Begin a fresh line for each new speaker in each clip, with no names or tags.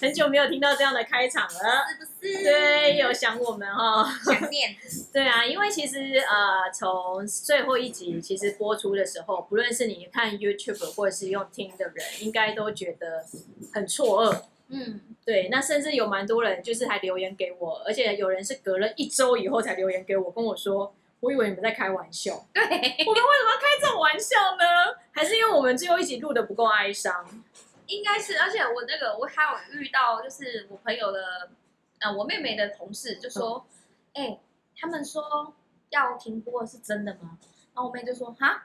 很久没有听到这样的开场了。
是不是？
对，有想我们哦。
想念。
对啊，因为其实呃，从最后一集其实播出的时候，不论是你看 YouTube 或者是用听的人，应该都觉得很错愕。
嗯，
对，那甚至有蛮多人就是还留言给我，而且有人是隔了一周以后才留言给我，跟我说，我以为你们在开玩笑，我
对，
们为什么要开这种玩笑呢？还是因为我们最后一集录的不够哀伤？
应该是。而且我那个，我还有遇到，就是我朋友的，呃，我妹妹的同事就说，哎、
嗯
他们说要停播是真的吗？然后我妹就说，哈，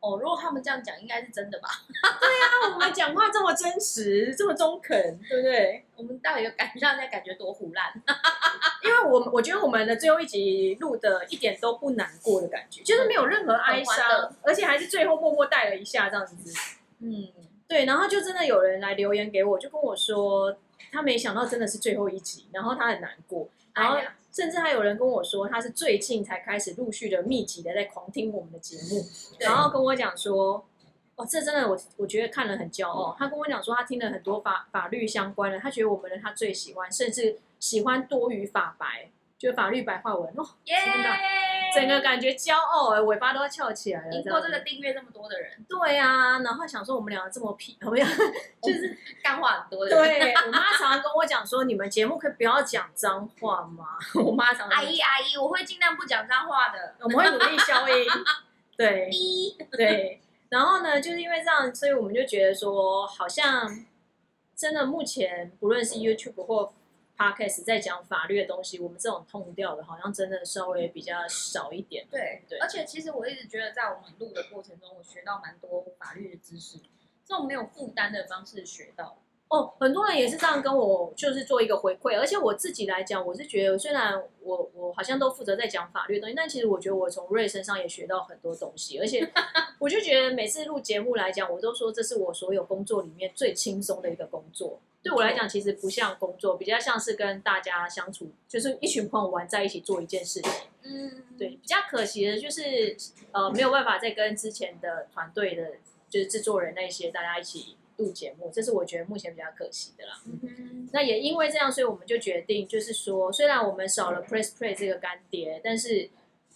哦，如果他们这样讲，应该是真的吧？
那我们讲话这么真实，这么中肯，对不对？
我们到底有感让人家感觉多胡乱？
因为我们我觉得我们的最后一集录的一点都不难过的感觉，就是没有任何哀
很欢
伤
乐，
而且还是最后默默带了一下这样子。
嗯，
对，然后就真的有人来留言给我，就跟我说他没想到真的是最后一集，然后他很难过，然后
哎呀
甚至还有人跟我说他是最近才开始陆续的密集的在狂听我们的节目，
对
然后跟我讲说。哦，这真的我我觉得看了很骄傲。他跟我讲说，他听了很多法法律相关的，他觉得我们的他最喜欢，甚至喜欢多于法白，就是法律白话文哦，
耶、
真的整个感觉骄傲哎，尾巴都要翘起来了。
赢
这
过
样
这
子
个订阅这么多的人，
对啊，然后想说我们两个这么屁，有没有？就是
干话很多的人。
对我妈常常跟我讲说，你们节目可以不要讲脏话吗？ 我妈常
阿
常，
姨阿姨，我会尽量不讲脏话的。
我们会努力消音，对
一，
对。然后呢，就是因为这样，所以我们就觉得说，好像真的目前不论是 YouTube 或 Podcast 在讲法律的东西，我们这种痛调的，好像真的稍微比较少一点。
对
对
而且其实我一直觉得，在我们录的过程中，我学到蛮多法律的知识，这种没有负担的方式学到。
哦，很多人也是这样跟我，就是做一个回馈。而且我自己来讲，我是觉得虽然我我好像都负责在讲法律的东西，但其实我觉得我从瑞身上也学到很多东西。而且我就觉得每次录节目来讲，我都说这是我所有工作里面最轻松的一个工作。对我来讲，其实不像工作，比较像是跟大家相处，就是一群朋友玩在一起做一件事情。
嗯，
对，，比较可惜的就是，呃，没有办法再跟之前的团队的，就是制作人那些大家一起录节目，这是我觉得目前比较可惜的啦。
嗯
那也因为这样，所以我们就决定，就是说，虽然我们少了 Press Play 这个干爹，但是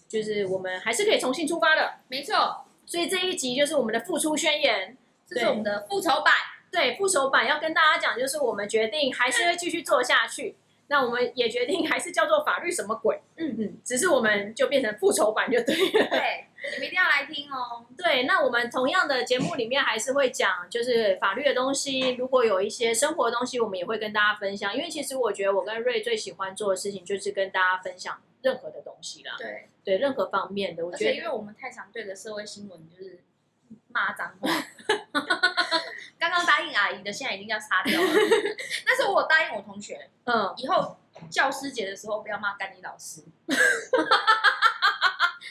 就是我们还是可以重新出发的。
没错，
所以这一集就是我们的付出宣言，
这是我们的复仇版。
对，副手版要跟大家讲，就是我们决定还是会继续做下去。那我们也决定还是叫做法律什么鬼，嗯嗯，只是我们就变成复仇版就对了。
对，你们一定要来听哦。
对，那我们同样的节目里面还是会讲，就是法律的东西。如果有一些生活的东西，我们也会跟大家分享。因为其实我觉得我跟瑞最喜欢做的事情就是跟大家分享任何的东西啦，
对，
对任何方面的。我
而
觉
且因
得
为我们太常对着社会新闻就是骂脏话。 刚刚答应阿姨的，现在已经要擦掉了。 但是我答应我同学，
嗯，
以后教师节的时候不要骂干你老师。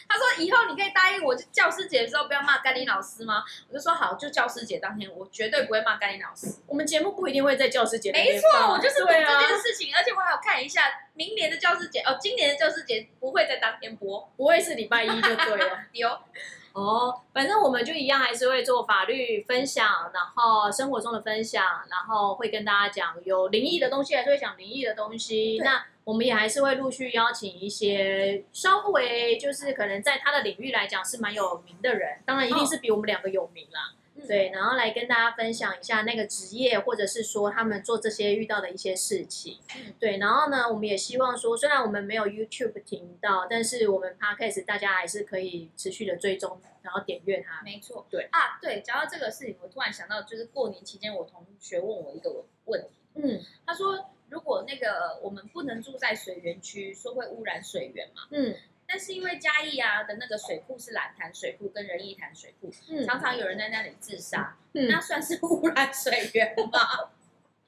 他说以后你可以答应我，就教师节的时候不要骂干你老师吗？我就说好，就教师节当天，我绝对不会骂干你老师。
我们节目不一定会在教师节那
没
边
错，
放
我就是懂
对
这
啊，
件事情，而且我还有看一下明年的教师节，哦，今年的教师节不会在当天播。
不会是礼拜一就对了。
有，
哦，反正我们就一样，还是会做法律分享，然后生活中的分享，然后会跟大家讲有灵异的东西，还是会讲灵异的东西。
对
那我们也还是会陆续邀请一些稍微就是可能在他的领域来讲是蛮有名的人，当然一定是比我们两个有名啦。
嗯
对，然后来跟大家分享一下那个职业，或者是说他们做这些遇到的一些事情。
嗯
对，然后呢，我们也希望说，虽然我们没有 YouTube 频道，但是我们 Podcast 大家还是可以持续的追踪，然后点阅它。
没错，
对
啊，对，讲到这个事情，我突然想到，就是过年期间，我同学问我一个问题，
嗯
他说如果那个我们不能住在水源区，说会污染水源嘛？
嗯
但是因为嘉义啊的那个水库是蓝潭水库跟仁义潭水库，
嗯
常常有人在那里自杀，那
嗯，
算是污染水源吗？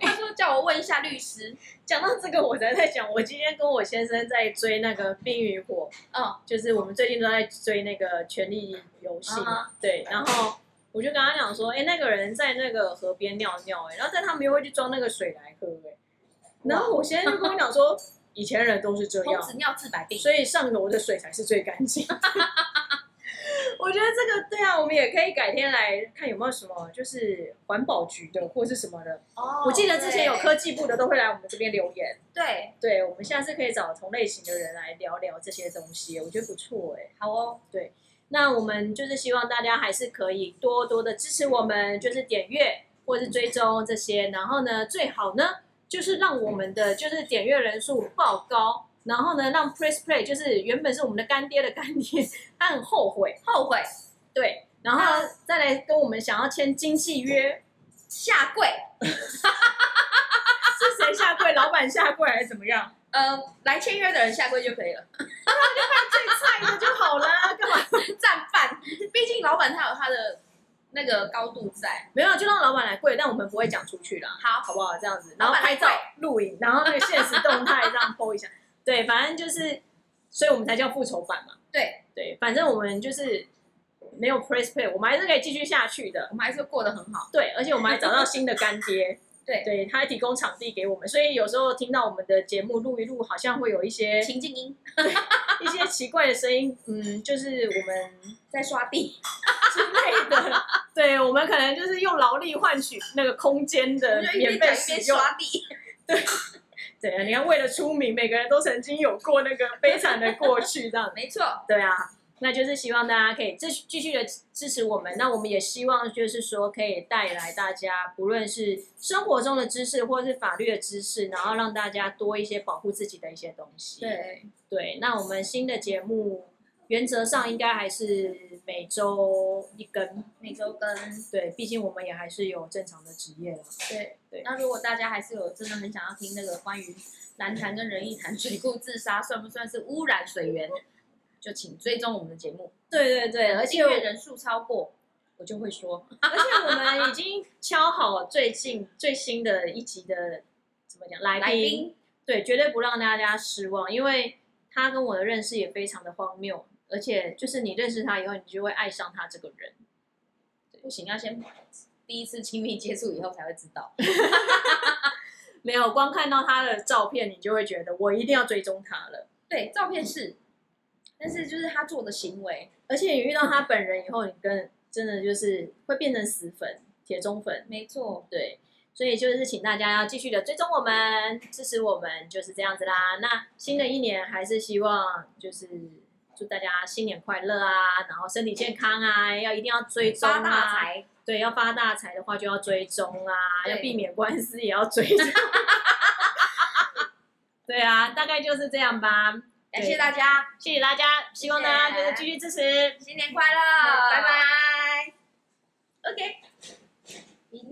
他说叫我问一下律师，
讲到这个，我才在讲，我今天跟我先生在追那个《冰与火》，
嗯，
就是我们最近都在追那个《权力游戏》
啊
嘛。对，然后我就跟他讲说，哎、那个人在那个河边尿尿、哎，然后但他们又会去装那个水来喝、哎，然后我先生就跟我讲说，以前人都是这
童
样，
子尿治百病，
所以上楼的水才是最干净。我觉得这个对啊，我们也可以改天来看有没有什么就是环保局的或是什么的。
哦
我记得之前有科
科
技部的都会来我们这边留言。
对，
对，我们下次可以找同类型的人来聊聊这些东西，我觉得不错哎、
好哦，
那我们就是希望大家还是可以多多的支持我们，就是点阅或是追踪这些，然后呢，最好呢就是让我们的就是点阅人数爆高，然后呢让 Press Play 就是原本是我们的干爹的干爹，他很后悔，
后悔
对，然后再来跟我们想要签经纪约，
下跪，
是谁下跪？老板下跪还是怎么样？
呃，来签约的人下跪就可以了，
最菜哎的就好啦，干嘛？
战犯，毕竟老板他有他的那个高度在，
没有，啊就让老板来跪，但我们不会讲出去啦。
好，
好不好？这样子，然后
老板
拍
来
照、录影，然后那个现实动态这样 PO 一下。对，反正就是，所以我们才叫复仇版嘛。
对
对，反正我们就是没有 press play，我们还是可以继续下去的
我。们还是过得很好，
对，而且我们还找到新的干爹，
对
对他还提供场地给我们，所以有时候听到我们的节目录一录，好像会有 一些
情境音
一些奇怪的声音，嗯，就是我们
在刷地，
之 类的，对我们可能就是用劳力换取那个空间
我
的
们就一
呃免
边讲
费
一
使
边
用。
刷地，
对啊，你看，为了出名，每个人都曾经有过那个悲惨的过去，这样
没错，
对啊。那就是希望大家可以继续继续的支持我们，那我们也希望就是说可以带来大家，不论是生活中的知识或是法律的知识，然后让大家多一些保护自己的一些东西。
对，
对，那我们新的节目原则上应该还是每周一更，
每周更，
对，毕竟我们也还是有正常的职业了。
对
对
那如果大家还是有真的很想要听那个关于蓝潭跟仁义潭水库自杀算不算是污染水源，就请追踪我们的节目，
对对对，而且
订
我
阅人数超过，我就会说，
而且我们已经敲好最近最新的一集的怎么讲来
来宾
对，绝对不让大家失望，因为他跟我的认识也非常的荒谬，而且就是你认识他以后，你就会爱上他这个人。
不行，要先第一次亲密接触以后才会知道。
没有，光看到他的照片，你就会觉得我一定要追踪他了。
对，照片是，但是就是他做的行为，
而且你遇到他本人以后，你跟真的就是会变成死粉、铁中粉。
没错。
对，所以就是请大家要继续的追踪我们，支持我们，就是这样子啦。那新的一年还是希望就是祝大家新年快乐啊，然后身体健康啊，要一定要追踪
嗯发大
啊。
财，
对，要发大财的话就要追踪啊，
对
要避免官司也要追踪。 对啊，大概就是这样吧。
感谢大家，
谢谢大家，希望大家就是继续支持。嗯
新年快乐！